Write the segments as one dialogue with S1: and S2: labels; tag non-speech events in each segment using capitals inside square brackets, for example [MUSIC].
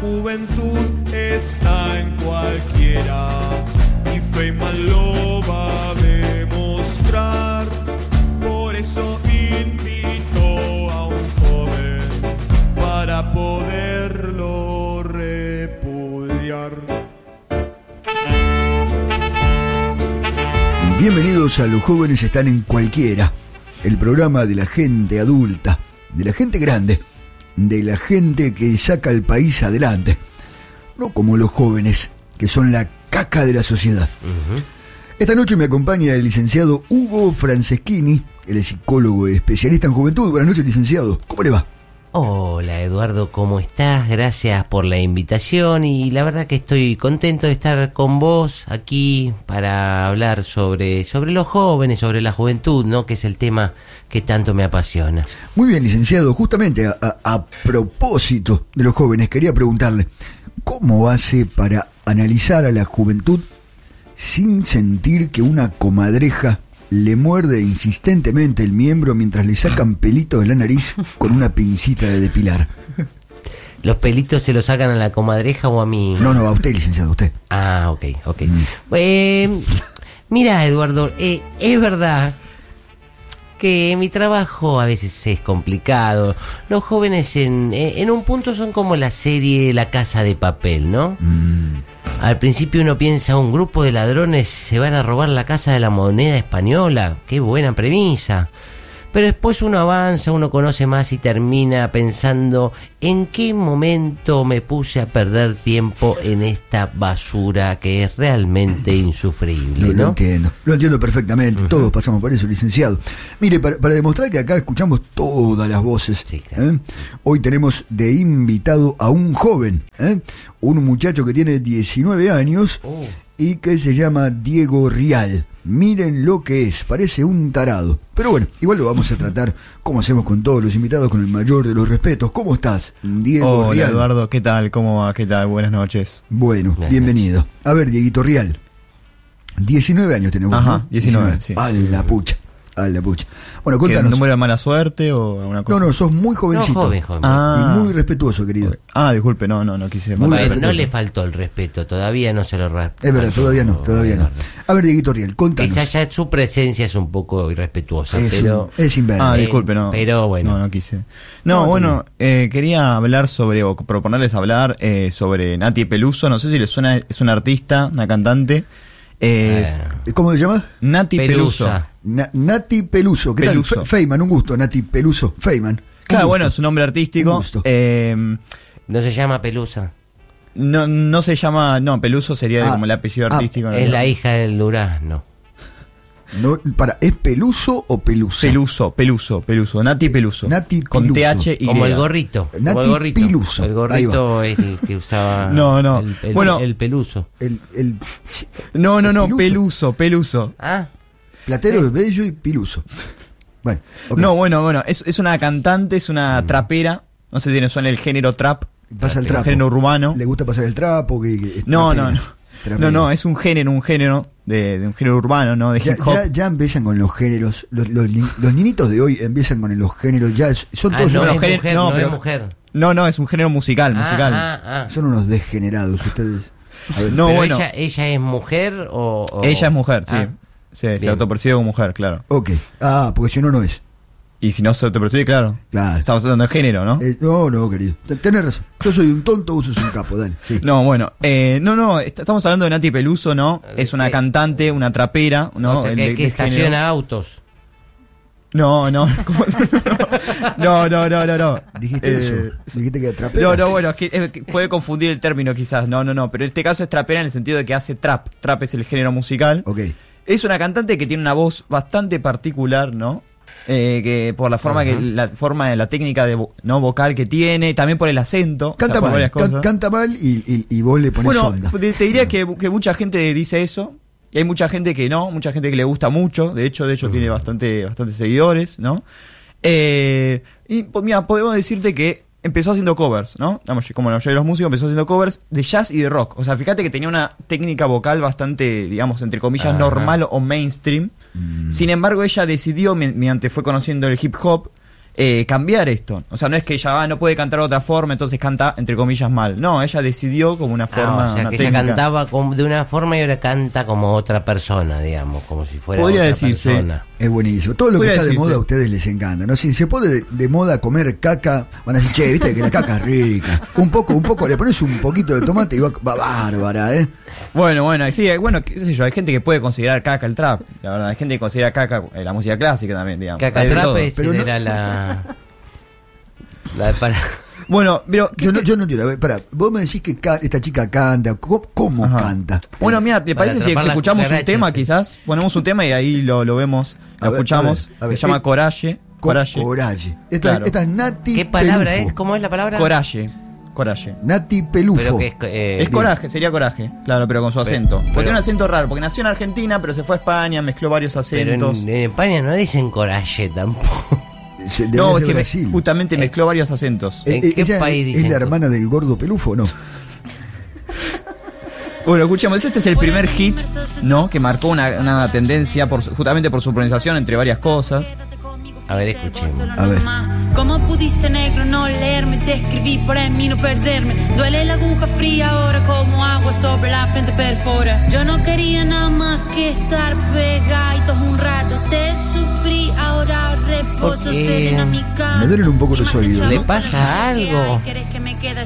S1: juventud está en cualquiera y Feynman lo va a demostrar. Por eso invito a un joven para poderlo repudiar.
S2: Bienvenidos a Los jóvenes están en cualquiera, el programa de la gente adulta, de la gente grande, de la gente que saca al país adelante, no como los jóvenes, que son la caca de la sociedad. Esta noche me acompaña el licenciado Hugo Franceschini, él es psicólogo y especialista en juventud. Buenas noches, licenciado. ¿Cómo le va?
S3: Hola Eduardo, ¿cómo estás? Gracias por la invitación y la verdad que estoy contento de estar con vos aquí para hablar sobre, sobre los jóvenes, sobre la juventud, ¿no? Que es el tema que tanto me apasiona.
S2: Muy bien, licenciado. Justamente a, a- a propósito de los jóvenes, quería preguntarle, ¿cómo hace para analizar a la juventud sin sentir que una comadreja le muerde insistentemente el miembro mientras le sacan pelitos de la nariz con una pincita de depilar?
S3: ¿Los pelitos se los sacan a la comadreja o a mí?
S2: No, no, a usted, licenciado, a usted.
S3: Ah, ok, ok. Eh, mira, Eduardo, eh, es verdad que mi trabajo a veces es complicado. Los jóvenes en, eh, en un punto son como la serie La Casa de Papel, ¿no? Al principio uno piensa, un grupo de ladrones se van a robar la casa de la moneda española. Qué buena premisa. Pero después uno avanza, uno conoce más y termina pensando en qué momento me puse a perder tiempo en esta basura que es realmente
S2: Lo,
S3: insufrible,
S2: lo
S3: ¿no?
S2: entiendo, lo entiendo perfectamente. Todos pasamos por eso, licenciado. Mire, para, para demostrar que acá escuchamos todas las voces,
S3: Sí, claro.
S2: ¿eh? hoy tenemos de invitado a un joven, ¿eh? un muchacho que tiene 19 años
S3: Oh.
S2: y que se llama Diego Rial. Miren lo que es, parece un tarado. Pero bueno, igual lo vamos a tratar como hacemos con todos los invitados, con el mayor de los respetos. ¿Cómo estás, Diego
S4: Hola
S2: Rial?
S4: Eduardo, ¿qué tal? ¿Cómo va? ¿Qué tal? Buenas noches.
S2: Bueno,
S3: Buenas
S2: bienvenido. A ver, Dieguito Rial. 19 años tenemos.
S4: Ajá, 19, sí.
S2: A la pucha, a la pucha. Bueno,
S4: ¿Qué, ¿El
S2: contanos.
S4: número de mala suerte o alguna cosa?
S2: No, no, sos muy
S3: No,
S2: jovencito.
S3: joven, joven.
S4: Ah,
S2: Y muy respetuoso, querido.
S4: Ok. Ah, disculpe, no, no, no quise.
S2: Muy
S3: Bueno,
S4: matar el
S3: no
S4: respeto.
S3: le faltó el respeto, todavía no se lo respeto.
S2: Es verdad, todavía no, todavía no. A ver, Dieguito Rial, contanos.
S3: Quizás ya su presencia es un poco irrespetuosa,
S2: Es,
S3: pero...
S2: un- es invernal.
S4: Ah,
S3: Eh,
S4: disculpe, no.
S3: pero bueno.
S4: No, no quise. No,
S2: No,
S4: bueno, eh, quería hablar sobre, o proponerles hablar eh, sobre Nati Peluso. No sé si les suena, es una artista, una cantante. Eh,
S3: Ah.
S2: ¿Cómo se llama?
S4: Nati Peluso.
S3: Pelusa.
S2: Na- Nati Peluso. ¿Qué
S4: Peluso.
S2: tal? Fe- Feynman, un gusto, Nati Peluso. Feynman. Un
S4: Claro,
S2: gusto.
S4: bueno, es un nombre
S2: Un
S4: artístico.
S2: gusto.
S4: Eh,
S3: No se llama Pelusa.
S4: no, no se llama, no, Peluso sería
S2: Ah,
S4: como el apellido
S2: ah,
S4: artístico. ¿no?
S3: Es la hija del durazno.
S2: No, para, ¿Es Peluso o Pelusa?
S4: Peluso, Peluso, Peluso, Nati Peluso.
S2: Nati
S4: Con
S2: Peluso.
S4: TH y
S3: Como el gorrito.
S2: Nati
S3: como el gorrito.
S2: Piluso.
S3: El gorrito es el que usaba.
S4: [LAUGHS] No, no.
S3: El, el-
S4: Bueno.
S3: el peluso.
S2: El, el
S4: No, no, no,
S2: Peluso.
S4: Peluso, Peluso.
S3: Ah,
S2: platero es bello y Piluso. Bueno, ok.
S4: No, bueno, bueno, es, es una cantante, es una trapera. No sé si le suena el género trap.
S2: Pasa el
S4: El
S2: trapo.
S4: género urbano.
S2: Le gusta pasar el trapo. Que, que-
S4: No,
S2: trapera,
S4: no, no.
S2: trapera.
S4: No, no, es un género, un género de, de un género urbano, ¿no? De
S2: Ya,
S4: hip hop.
S2: ya- ya empiezan con los géneros. Los, los, ni- los niñitos de hoy empiezan con los géneros. Ya es- son
S3: Ah,
S2: todos
S3: no,
S2: unos,
S3: es
S4: género-
S3: mujer,
S4: no,
S3: no
S4: pero-
S3: es mujer.
S4: No, no, es un género musical, musical.
S3: Ah, ah, ah.
S2: son unos degenerados ustedes. A ver,
S4: No,
S3: Pero
S4: bueno.
S3: ella, ella es mujer o, o-
S4: Ella es mujer, sí.
S3: Ah,
S4: Sí, se
S3: bien.
S4: autopercibe como mujer, claro.
S2: Ok. Ah, porque si no, no es.
S4: Y si no se autopercibe, claro.
S2: Claro.
S4: Estamos hablando de género, ¿no?
S2: Eh, no, no, querido. T- Tenés razón. Yo soy un tonto, vos sos un capo. Dale. sí.
S4: No, bueno, eh, no, no, est- estamos hablando de Nati Peluso, ¿no? Es una
S3: Eh,
S4: cantante, una trapera, ¿no?
S3: o sea,
S4: El
S3: que,
S4: de-
S3: que
S4: de género.
S3: estaciona autos.
S4: No, no, ¿cómo- [LAUGHS] no, no, no, no, no.
S2: Dijiste
S4: Eh,
S2: eso. Dijiste que atrapé.
S4: No, no, bueno, es que, es que puede confundir el término quizás, no, no, no, pero en este caso es trapera en el sentido de que hace trap, trap es el género musical.
S2: Ok.
S4: Es una cantante que tiene una voz bastante particular, ¿no? Eh, que por la forma que la forma la técnica de vo- no vocal que tiene, también por el acento, o sea,
S2: Canta
S4: por
S2: mal.
S4: varias
S2: can-
S4: cosas.
S2: canta mal y, y- y vos le pones
S4: Bueno,
S2: onda.
S4: te te diría que, que mucha gente dice eso. Y hay mucha gente que no, mucha gente que le gusta mucho. De hecho, de hecho tiene bastante, bastantes seguidores, ¿no? Eh, y pues, mira, podemos decirte que empezó haciendo covers, ¿no? La may- Como la mayoría de los músicos empezó haciendo covers de jazz y de rock. O sea, fíjate que tenía una técnica vocal bastante, digamos, entre comillas,
S3: Ajá.
S2: Mm.
S4: normal o mainstream. Sin embargo, ella decidió, mi- mediante fue conociendo el hip hop, eh, cambiar esto. O sea, no es que ella ah, no puede cantar de otra forma, entonces canta entre comillas mal. No, ella decidió como una forma.
S3: Ah, o sea,
S4: una
S3: que ella
S4: técnica.
S3: cantaba como- de una forma y ahora canta como otra persona, digamos, como si fuera
S4: Podría
S3: otra
S4: decirse.
S3: persona.
S2: Es buenísimo. Todo lo que
S4: Voy a
S2: está de
S4: decir,
S2: moda
S4: sí.
S2: a ustedes les encanta, ¿no? Si se pone de, de moda comer caca, van a decir, che, viste que la caca es rica. Un poco, un poco, le pones un poquito de tomate y va, va bárbara, ¿eh?
S4: Bueno, bueno, sí, eh, bueno, qué sé yo, hay gente que puede considerar caca el trap, la verdad, hay gente que considera caca eh, la música clásica también, digamos. Ah, hay de todo.
S3: Cacatrape ese
S2: Pero no-
S3: era la. La de para.
S4: [LAUGHS] Bueno, pero... ¿qué-
S2: Yo no,
S4: qué-
S2: yo no entiendo. A ver, pará, vos me decís que ca- esta chica canta. ¿Cómo, cómo
S4: Ajá.
S2: canta?
S4: Bueno, mira, ¿te
S3: Para
S4: parece si
S3: atrapar las
S4: escuchamos un
S3: cucarachas,
S4: tema
S3: sí.
S4: quizás? Ponemos un tema y ahí lo, lo vemos,
S2: A
S4: lo
S2: ver,
S4: escuchamos,
S2: a ver, a ver.
S4: se llama
S2: Eh,
S4: Coraje,
S2: Co-
S4: Coraje,
S2: Coraje. Esta,
S4: Claro.
S2: esta es Nati
S3: ¿Qué palabra
S2: Pelufo.
S3: es? ¿Cómo es la palabra?
S4: Coraje, Coraje.
S3: Eh,
S2: Nati Pelufo.
S3: Pero que es, eh,
S4: Es coraje, sería coraje, claro, pero con su
S3: Pero-
S4: acento. Porque
S3: pero-
S4: tiene un acento raro, porque nació en Argentina, pero se fue a España, mezcló varios
S3: pero
S4: acentos.
S3: en, en España no dicen coraje tampoco.
S2: Se- debería
S4: No,
S2: ser
S4: es que me-
S2: Brasil.
S3: Eh.
S4: justamente mezcló varios acentos.
S2: Eh,
S3: ¿en
S2: eh,
S3: qué
S2: ella
S3: país
S2: ¿Es
S3: dicen
S2: la
S3: eso?
S2: hermana del gordo Pelufo o no?
S4: Bueno, escuchemos, este es el primer hit, ¿no? Que marcó una, una tendencia por, su- justamente por su pronunciación entre varias cosas.
S3: A ver, escuchemos.
S2: A ver.
S5: ¿Cómo pudiste, negro, no leerme? Te escribí para en mí no perderme. Duele la aguja fría ahora como agua sobre la frente perfora. Yo no quería nada más que estar pegaditos un rato. Te sufrí, ahora reposo
S3: Ok.
S5: sereno a mi cama.
S2: Me duelen un poco los oídos,
S3: ¿Le pasa algo?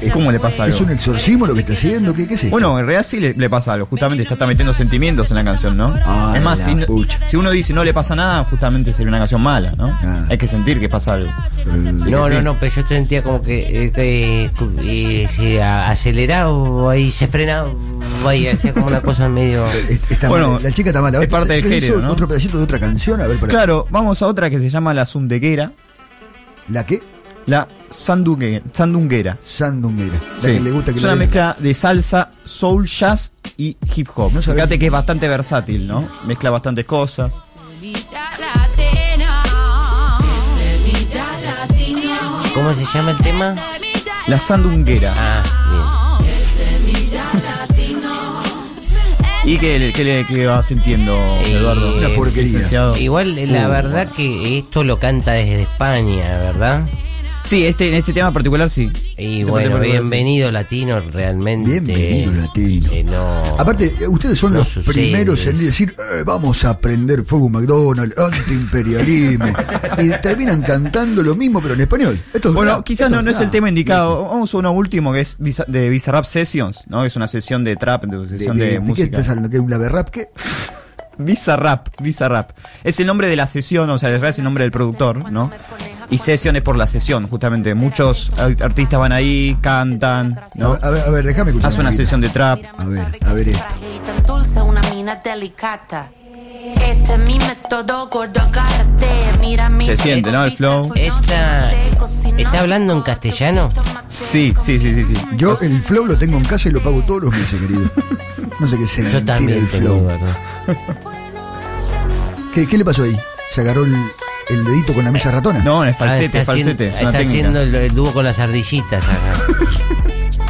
S4: ¿Y cómo le pasa algo?
S2: ¿Es un exorcismo lo que está haciendo? ¿Qué, qué es esto?
S4: Bueno, en realidad sí le, le pasa algo, justamente está, está metiendo sentimientos en la canción, ¿no?
S2: Ah,
S4: es más,
S2: la
S4: si, no-
S2: pucha.
S4: si uno dice no le pasa nada, justamente sería una canción mala, ¿no?
S2: Ah.
S4: Hay que sentir que pasa algo.
S2: Eh,
S3: no,
S4: que
S3: no,
S4: sí.
S3: no, pero yo sentía como que eh, eh, cu- eh, se a- aceleraba y se frenaba y hacía como una cosa medio.
S2: est- está
S4: Bueno,
S2: mal. La chica está mala.
S4: es parte del
S2: ¿Te- te hizo
S4: género, ¿no?
S2: Otro pedacito de otra canción, a ver, para.
S4: Claro, vamos a otra que se llama la Sundeguera,
S2: ¿La qué?
S4: la Sandungue- Sandunguera.
S2: Sandunguera. La
S4: Sí.
S2: que le gusta que
S4: es
S2: lo
S4: una
S2: den.
S4: mezcla de salsa, soul, jazz y hip hop.
S2: No sabía.
S4: Fíjate que es bastante versátil, ¿no? Mezcla bastantes cosas.
S3: ¿Cómo se llama el tema?
S4: La sandunguera.
S3: Ah, bien.
S4: ¿Y qué, le- qué le qué vas sintiendo,
S3: Eh,
S4: Eduardo?
S3: Una
S2: porquería.
S4: licenciado?
S3: Igual eh, la
S4: Uh,
S3: verdad
S4: bueno.
S3: que esto lo canta desde España, ¿verdad?
S4: Sí, este, en este tema particular sí.
S3: Y
S4: Este
S3: bueno,
S4: particular sí.
S3: bienvenido latino realmente.
S2: Bienvenido, latino.
S3: Eh, no.
S2: Aparte, eh, ustedes son
S3: No
S2: los
S3: sucede.
S2: primeros en decir, "Eh, vamos a prender fuego McDonald's,
S4: [LAUGHS]
S2: antiimperialismo. y terminan cantando lo mismo, pero en español. Esto es
S4: Bueno,
S2: rap,
S4: quizás
S2: esto
S4: no, no es el
S2: rap.
S4: tema indicado. Vamos a uno último que es Bizar- de Bizarrap Sessions, ¿no? Es una sesión de trap, de una
S2: ¿De,
S4: sesión
S2: de-
S4: de,
S2: de qué
S4: música.
S2: estás hablando? ¿Qué es un laberrap? ¿Qué?
S4: Bizarrap, Bizarrap. Es el nombre de la sesión, o sea, en realidad es el nombre del productor, ¿no? Y sesión es por la sesión, justamente. Muchos art- artistas van ahí, cantan,
S2: A,
S4: ¿no?
S2: ver- a ver, a ver, déjame escuchar.
S4: Hace una
S2: poquito.
S4: sesión de trap.
S2: A ver, a ver esto.
S5: Tan dulce, una mina delicata. Este es mi método, gordo, agárrate. Mira, mi-
S4: Se siente, ¿no? El flow.
S3: Esta- ¿está hablando en castellano?
S4: Sí, sí, sí, sí, sí.
S2: Yo el flow lo tengo en casa y lo pago todos los meses, querido. No sé qué se
S3: Yo también
S2: el
S3: te
S2: flow.
S3: digo, ¿no?
S2: ¿Qué, qué le pasó ahí? ¿Se agarró el, el dedito con la mesa ratona?
S4: No, es falsete,
S3: Ah,
S4: es
S3: está
S4: falsete.
S3: haciendo-
S4: Es una
S3: está
S4: técnica.
S3: haciendo el, el dúo con las ardillitas acá.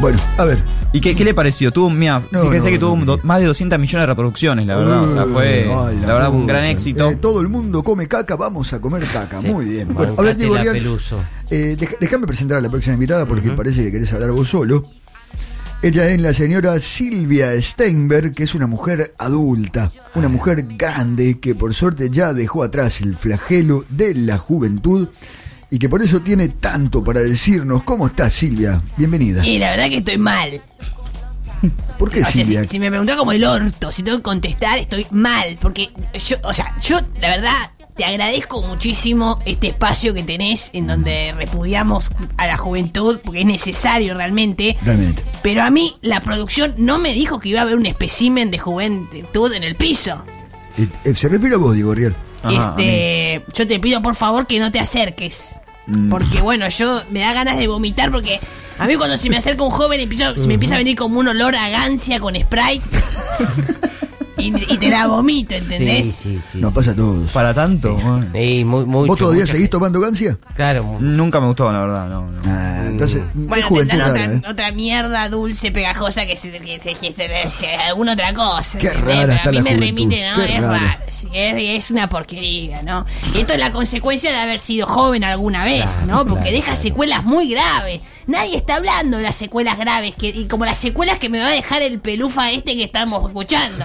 S2: Bueno, a ver.
S4: ¿Y qué, qué le pareció? Tuvo, mira,
S2: No,
S4: fíjense
S2: no,
S4: que tuvo
S2: no,
S4: un
S2: no.
S4: do- más de 200 millones de reproducciones, la verdad. O sea, fue,
S2: Uh, ay,
S4: la verdad, un gran
S2: pucha.
S4: éxito.
S2: Eh, todo el mundo come caca, vamos a comer caca.
S3: Sí.
S2: Muy bien. Bueno, a
S3: Bancate
S2: ver, Diego
S3: la
S2: Arias,
S3: Peluso.
S2: eh, deja- Déjame presentar a la próxima invitada porque parece que querés hablar vos solo. Ella es la señora Silvia Steinberg, que es una mujer adulta, una mujer grande que por suerte ya dejó atrás el flagelo de la juventud y que por eso tiene tanto para decirnos. ¿Cómo estás, Silvia? Bienvenida.
S6: [LAUGHS] Y la verdad que estoy mal.
S2: ¿Por qué,
S6: O sea,
S2: Silvia?
S6: si, si me preguntó como el orto, si tengo que contestar, estoy mal. Porque yo, o sea, yo, la verdad, te agradezco muchísimo este espacio que tenés en donde repudiamos a la juventud, porque es necesario realmente.
S2: Realmente.
S6: Pero a mí, la producción no me dijo que iba a haber un espécimen de juventud en el piso.
S2: Eh, eh, se refiere a vos, Diego Riel.
S4: Ajá,
S6: este, yo te pido por favor que no te acerques.
S3: Mm.
S6: Porque bueno, yo me da ganas de vomitar porque a mí cuando se
S3: [LAUGHS]
S6: me acerca un joven empiezo- se me empieza a venir como un olor a gancia con Sprite. y, y te la vomito, ¿entendés?
S3: Sí, sí, sí.
S2: Nos pasa a todos.
S4: Para tanto. bueno.
S3: Sí, muy, mucho,
S2: ¿Vos todavía
S3: mucha
S2: seguís
S3: gente.
S2: tomando gancia?
S3: Claro, mu-
S4: Nunca me gustó, la verdad. No, no.
S2: Ah, entonces, qué
S6: Bueno,
S2: juventud
S6: tendrán
S2: rara,
S6: otra,
S2: ¿eh?
S6: otra mierda dulce, pegajosa que se, que, que- que- que- que- alguna otra cosa.
S2: Qué
S6: ¿entendés?
S2: rara
S6: Pero
S2: está
S6: a mí
S2: la
S6: me
S2: juventud,
S6: remite, ¿no?
S2: qué
S6: es
S2: raro.
S6: raro, sí, es, es una porquería, ¿no? Y esto es la consecuencia de haber sido joven alguna vez,
S3: Claro,
S6: ¿no? Porque
S3: claro,
S6: deja
S3: claro.
S6: secuelas muy graves. Nadie está hablando de las secuelas graves, que, y como las secuelas que me va a dejar el pelufa este que estamos
S2: [LAUGHS]
S6: escuchando.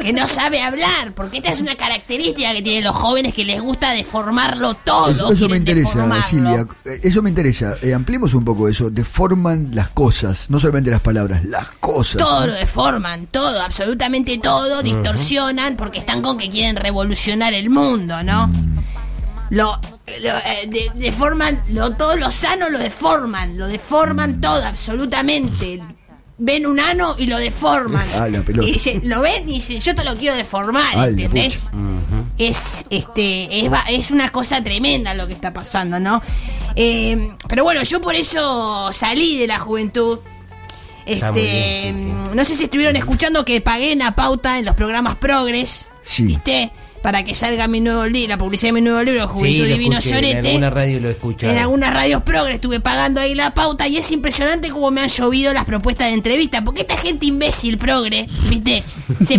S6: que no sabe hablar, porque esta es una característica que tienen los jóvenes que les gusta deformarlo todo.
S2: Eso, eso me
S6: quieren
S2: interesa,
S6: deformarlo.
S2: Silvia. Eh, Eso me interesa. Eh, ampliemos un poco eso. Deforman las cosas, no solamente las palabras, las cosas.
S6: Todo lo deforman, todo, absolutamente todo, distorsionan porque están con que quieren revolucionar el mundo, ¿no? Lo, lo, eh, de- deforman, lo, todo lo sano lo deforman, lo deforman todo, absolutamente. Ven un ano y lo deforman.
S2: Ah, la pelota.
S6: Y dicen- lo ven y dicen, yo te lo quiero deformar,
S2: Ah, la
S6: ¿entendés?
S2: pucha.
S6: es este es, va- es una cosa tremenda lo que está pasando, ¿no? Eh, pero bueno, yo por eso salí de la juventud.
S3: Está muy
S6: Este,
S3: bien, sí, sí.
S6: no sé si estuvieron escuchando que pagué una pauta en los programas Progres,
S2: Sí.
S6: ¿viste? Para que salga mi nuevo libro, la publicidad de mi nuevo libro,
S3: Sí,
S6: Juventud
S3: lo
S6: Divino
S3: escuché, En
S6: Llorete.
S3: alguna radio lo escucho.
S6: En algunas radios progres estuve pagando ahí la pauta y es impresionante cómo me han llovido las propuestas de entrevista. Porque esta gente imbécil progre, ¿viste? Se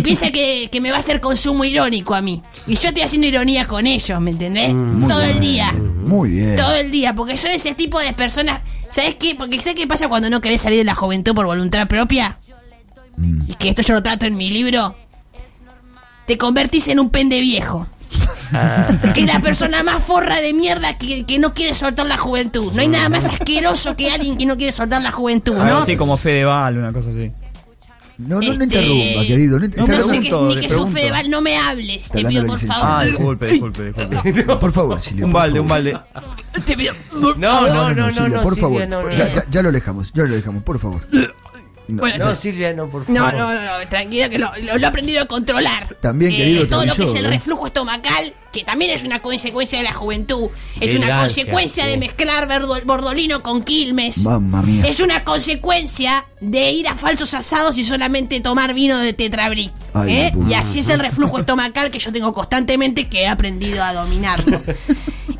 S2: [LAUGHS]
S6: piensa que, que me va a hacer consumo irónico a mí. Y yo estoy haciendo ironía con ellos, ¿me entendés?
S2: Mm, Muy
S6: Todo el
S2: bien,
S6: día.
S2: Muy bien.
S6: Todo el día. Porque son ese tipo de personas. ¿Sabes qué? Porque ¿sabes qué pasa cuando no querés salir de la juventud por voluntad propia?
S2: Mm.
S6: Y que esto yo lo trato en mi libro. Te convertís en un
S2: [LAUGHS]
S6: pende viejo. Que es la persona más forra de mierda que, que no quiere soltar la juventud. No hay nada más asqueroso que alguien que no quiere soltar la juventud,
S4: Algo
S6: ¿no?
S4: así como Fedeval, una cosa así.
S2: No, no, no
S6: Este,
S2: interrumpa, querido. No,
S4: me
S6: No sé
S4: pregunto,
S6: que, ni
S4: le
S6: que
S4: pregunto.
S6: sufre de mal, no me hables. Te
S2: hablando
S6: pido
S2: la
S6: por
S2: licenciada.
S6: favor.
S4: Ah,
S2: [LAUGHS]
S4: disculpe, disculpe, disculpe.
S2: interrumpa. Por favor, Silvio.
S4: Un
S2: por
S4: balde, un
S2: favor.
S4: balde.
S6: [LAUGHS] Te pido.
S3: No, no, no, no,
S2: Silvia,
S3: no,
S2: por
S3: Silvia,
S2: favor.
S3: no, no.
S2: Ya, ya- ya lo alejamos, ya lo alejamos, por favor.
S6: Bueno,
S3: No, Silvia, no, por favor.
S6: No, no, no, no, tranquila que lo, lo- lo he aprendido a controlar.
S2: También, querido, te
S6: Todo lo que
S2: aviso,
S6: es el
S2: ¿eh?
S6: reflujo estomacal, que también es una consecuencia de la juventud. Es
S3: Qué
S6: una
S3: gracia,
S6: consecuencia
S3: sí.
S6: de mezclar verdo- bordolino con quilmes.
S2: Oh. Mamma mía.
S6: Es una consecuencia de ir a falsos asados y solamente tomar vino de tetrabric.
S2: Ay,
S6: ¿eh?
S2: la puta.
S6: Y así es el reflujo estomacal que yo tengo constantemente que he aprendido a dominarlo.
S2: [LAUGHS]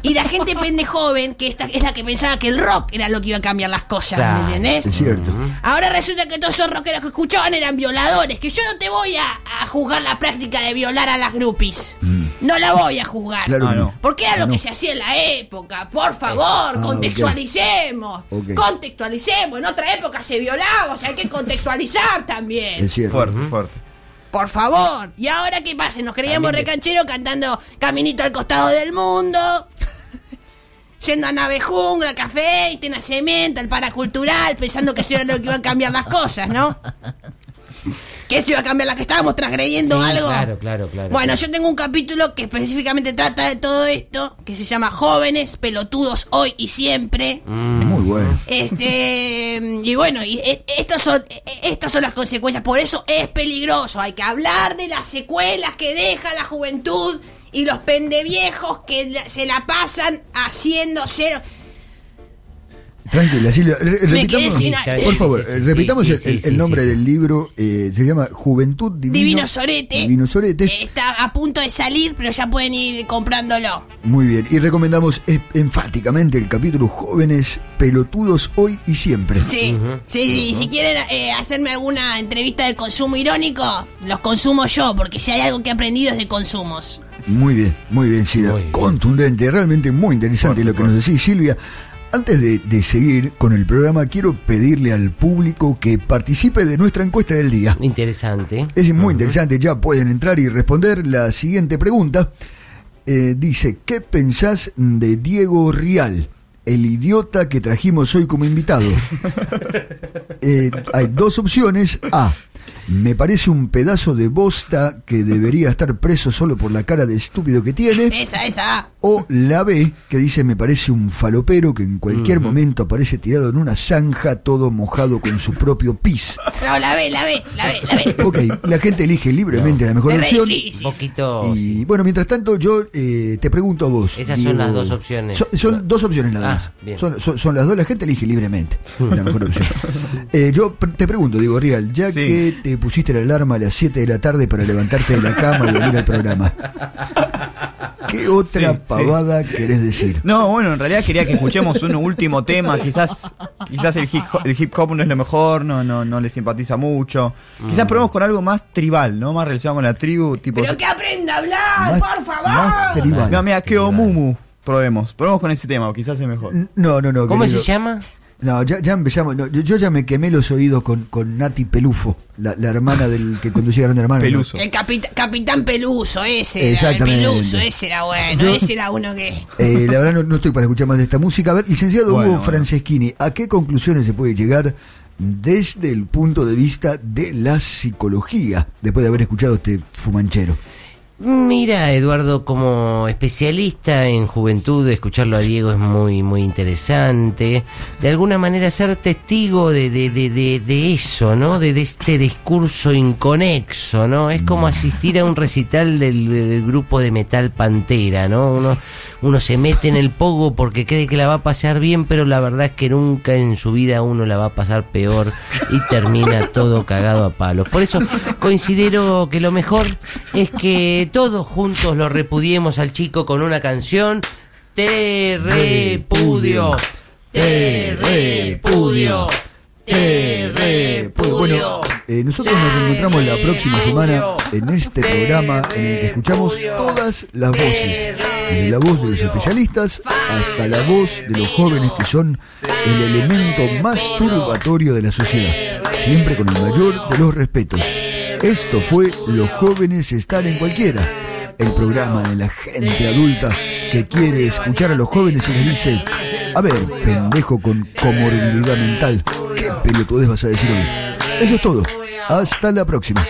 S6: Y la gente pende joven, que esta es la que pensaba que el rock era lo que iba a cambiar las cosas,
S3: Claro.
S6: ¿me entendés?
S2: Es cierto.
S6: Ahora resulta que todos esos rockeros que escuchaban eran violadores. Que yo no te voy a, a juzgar la práctica de violar a las groupies. No la voy a juzgar.
S2: Mm. Claro
S4: Ah,
S2: que no.
S4: no.
S6: Porque era
S2: No.
S6: lo
S2: Ah,
S6: que se hacía en la época. Por favor, contextualicemos.
S2: ok.
S6: Contextualicemos. En otra época se violaba. O sea, hay que contextualizar también.
S2: Es cierto.
S4: Fuerte, fuerte.
S6: Por favor. ¿Y ahora qué pasa? Nos creíamos recancheros cantando Caminito al costado
S3: [LAUGHS]
S6: del mundo. Yendo a Nave Jungla, Café, Tena Cemento, al Paracultural, pensando que eso era lo que iba a cambiar las
S3: [LAUGHS]
S6: cosas, ¿no? Que eso iba a cambiar las que estábamos transgrediendo
S3: Sí,
S6: algo.
S3: Claro, claro, claro.
S6: Bueno, yo tengo un capítulo que específicamente trata de todo esto, que se llama Jóvenes, Pelotudos, Hoy y
S3: Mm.
S6: Siempre.
S2: Muy bueno.
S6: Este [LAUGHS] y bueno, y e- estos son e- estas son las consecuencias, por eso es peligroso, hay que hablar de las secuelas que deja la juventud y los pendeviejos que la- se la pasan haciéndose
S2: Tranquila, Silvia. re-
S6: Mm. quedé
S2: repitamos,
S6: sin aire.
S2: por favor,
S3: Sí, sí,
S2: eh,
S3: sí,
S2: repitamos
S3: sí,
S2: el,
S3: sí,
S2: el
S3: sí,
S2: nombre
S3: sí.
S2: del libro. eh, se llama Juventud Divino,
S6: Divino Sorete.
S2: Divino Sorete.
S6: Eh, Está a punto de salir, pero ya pueden ir comprándolo.
S2: Muy bien. Y recomendamos eh, enfáticamente el capítulo Jóvenes Pelotudos Hoy y Siempre.
S6: Sí, sí, sí, si quieren eh, hacerme alguna entrevista de consumo irónico, los consumo yo, porque si hay algo que he aprendido es de consumos.
S2: Muy bien, muy bien, Silvia.
S3: Muy bien.
S2: Contundente, realmente muy interesante
S4: Por
S2: lo que nos decís, Silvia. Antes de, de seguir con el programa, quiero pedirle al público que participe de nuestra encuesta del día.
S3: Interesante.
S2: Es muy interesante, ya pueden entrar y responder la siguiente pregunta. Eh, dice, ¿qué pensás de Diego Rial, el idiota que trajimos hoy como invitado? Eh, hay dos opciones. A, me parece un pedazo de bosta que debería estar preso solo por la cara de estúpido que tiene.
S6: Esa, esa. ah.
S2: O la B, que dice, me parece un falopero que en cualquier momento aparece tirado en una zanja todo mojado con su propio pis.
S6: No, la ve, la ve, la ve, la ve.
S2: Ok, la gente elige libremente la mejor
S6: Es re
S2: opción.
S6: difícil.
S3: Un poquito.
S2: Y bueno, mientras tanto, yo eh, te pregunto a vos.
S3: Oh, Esas son las dos opciones.
S2: Son, son dos opciones nada
S3: Ah,
S2: más.
S3: bien.
S2: son, son- son
S3: [LAUGHS]
S2: las dos, la gente elige libremente. La mejor opción. Eh, yo pre- te pregunto, digo, Rial, ya
S4: Sí.
S2: que te te pusiste la alarma a las 7 de la tarde para levantarte de la cama y venir al programa. ¿Qué otra
S4: Sí, sí.
S2: pavada querés decir?
S4: No, bueno, en realidad quería que escuchemos un último tema. Quizás, quizás el, hip hop, el hip hop no es lo mejor, no, no, no le simpatiza mucho.
S2: Mm.
S4: Quizás probemos con algo más tribal, ¿no? Más relacionado con la tribu, tipo.
S6: Pero que aprenda a hablar,
S2: Más-
S6: por favor.
S2: más tribal.
S4: No, mira, que Omumu. Probemos, probemos con ese tema, quizás es mejor.
S2: No, no, no.
S3: ¿Cómo se
S2: querido.
S3: llama?
S2: No, ya, ya empezamos. no, yo, yo ya me quemé los oídos con, con Nati Pelufo, la, la hermana del que conducía Gran Hermano. ¿no?
S4: Peluso.
S6: El capit- capitán Peluso, ese. Era, el
S2: Exactamente.
S6: Peluso, ese era bueno.
S2: Yo-
S6: Ese era uno que.
S2: Eh, la verdad no, no estoy para escuchar más de esta música. A ver, licenciado
S4: Bueno,
S2: Hugo
S4: bueno.
S2: Franceschini, ¿a qué conclusiones se puede llegar desde el punto de vista de la psicología después de haber escuchado este fumanchero?
S3: Mira, Eduardo, como especialista en juventud, escucharlo a Diego es muy, muy interesante. De alguna manera ser testigo de, de, de, de, de eso, ¿no? De, de este discurso inconexo, ¿no? Es como asistir a un recital del, del grupo de metal Pantera, ¿no? Uno, uno se mete en el pogo porque cree que la va a pasar bien, pero la verdad es que nunca en su vida uno la va a pasar peor y termina todo cagado a palos. Por eso considero que lo mejor es que todos juntos lo repudiemos al chico con una canción. Te repudio. Te repudio. Te repudio.
S2: Bueno, eh, nosotros nos reencontramos la próxima semana en este programa en el que escuchamos todas las voces. Desde la voz de los especialistas hasta la voz de los jóvenes que son el elemento más turbatorio de la sociedad. Siempre con el mayor de los respetos. Esto fue Los jóvenes están en cualquiera. El programa de la gente adulta que quiere escuchar a los jóvenes y les dice, a ver, pendejo con comorbilidad mental, ¿qué pelotudez vas a decir hoy? Eso es todo. Hasta la próxima.